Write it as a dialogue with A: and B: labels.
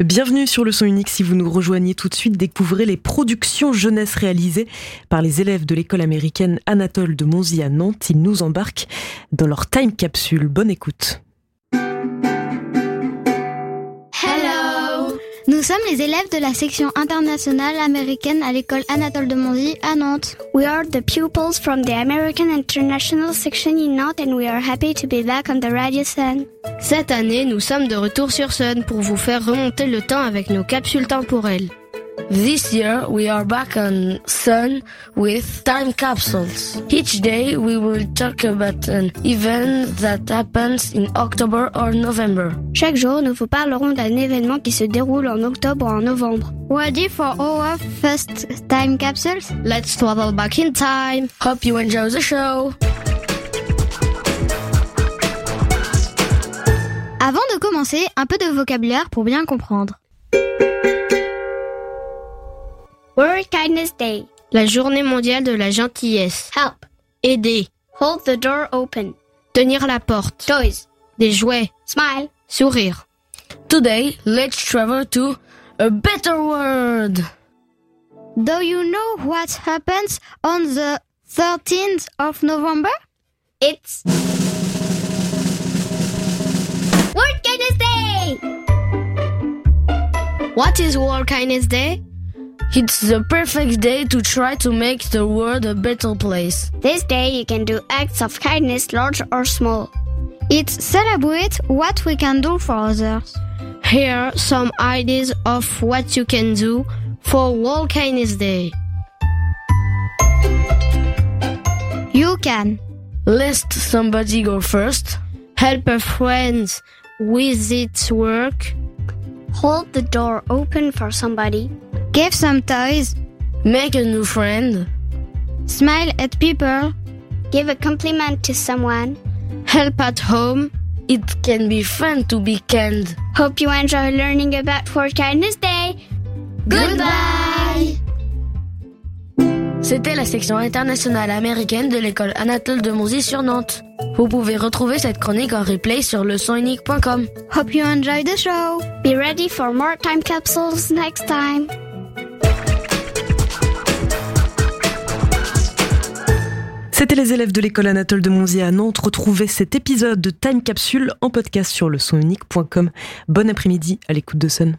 A: Bienvenue sur le son unique. Si vous nous rejoignez tout de suite, découvrez les productions jeunesse réalisées par les élèves de l'école américaine Anatole de Monzy à Nantes. Ils nous embarquent dans leur time capsule. Bonne écoute.
B: Hello Nous sommes les élèves de la section internationale américaine à l'école Anatole de Monzy à Nantes.
C: We are the pupils from the American International Section in Nantes and we are happy to be back on the Radio Sun.
D: Cette année, nous sommes de retour sur Sun pour vous faire remonter le temps avec nos capsules temporelles. This year, we are back on Sun with time capsules. Each day, we will talk about an event that happens in October or November.
C: Chaque jour, nous vous parlerons d'un événement qui se déroule en octobre ou en novembre.
B: Ready for our first time capsules?
D: Let's travel back in time. Hope you enjoy the show.
B: Avant de commencer, un peu de vocabulaire pour bien comprendre.
C: World Kindness Day.
D: La journée mondiale de la gentillesse.
C: Help.
D: Aider.
C: Hold the door open.
D: Tenir la porte.
C: Toys.
D: Des jouets.
C: Smile.
D: Sourire. Today, let's travel to a better world.
B: Do you know what happens on the 13th of November?
C: It's World Kindness Day!
D: What is World Kindness Day? It's the perfect day to try to make the world a better place.
C: This day you can do acts of kindness, large or small.
B: It celebrates what we can do for others.
D: Here are some ideas of what you can do for World Kindness Day.
B: You can
D: Let somebody go first. Help a friend with its work.
C: Hold the door open for somebody.
B: give some toys,
D: Make a new friend.
B: smile at people,
C: Give a compliment to someone.
D: Help at home. It can be fun to be kind.
C: Hope you enjoy learning about World Kindness Day.
B: Goodbye.
D: C'était la section internationale américaine de l'école Anatole de Monzy sur Nantes. Vous pouvez retrouver cette chronique en replay sur leçonunique.com.
B: Hope you enjoy the show.
C: Be ready for more time capsules next time.
A: C'était les élèves de l'école Anatole de Monzier à Nantes. Retrouvez cet épisode de Time Capsule en podcast sur le sonunique.com. Bon après-midi à l'écoute de Sun.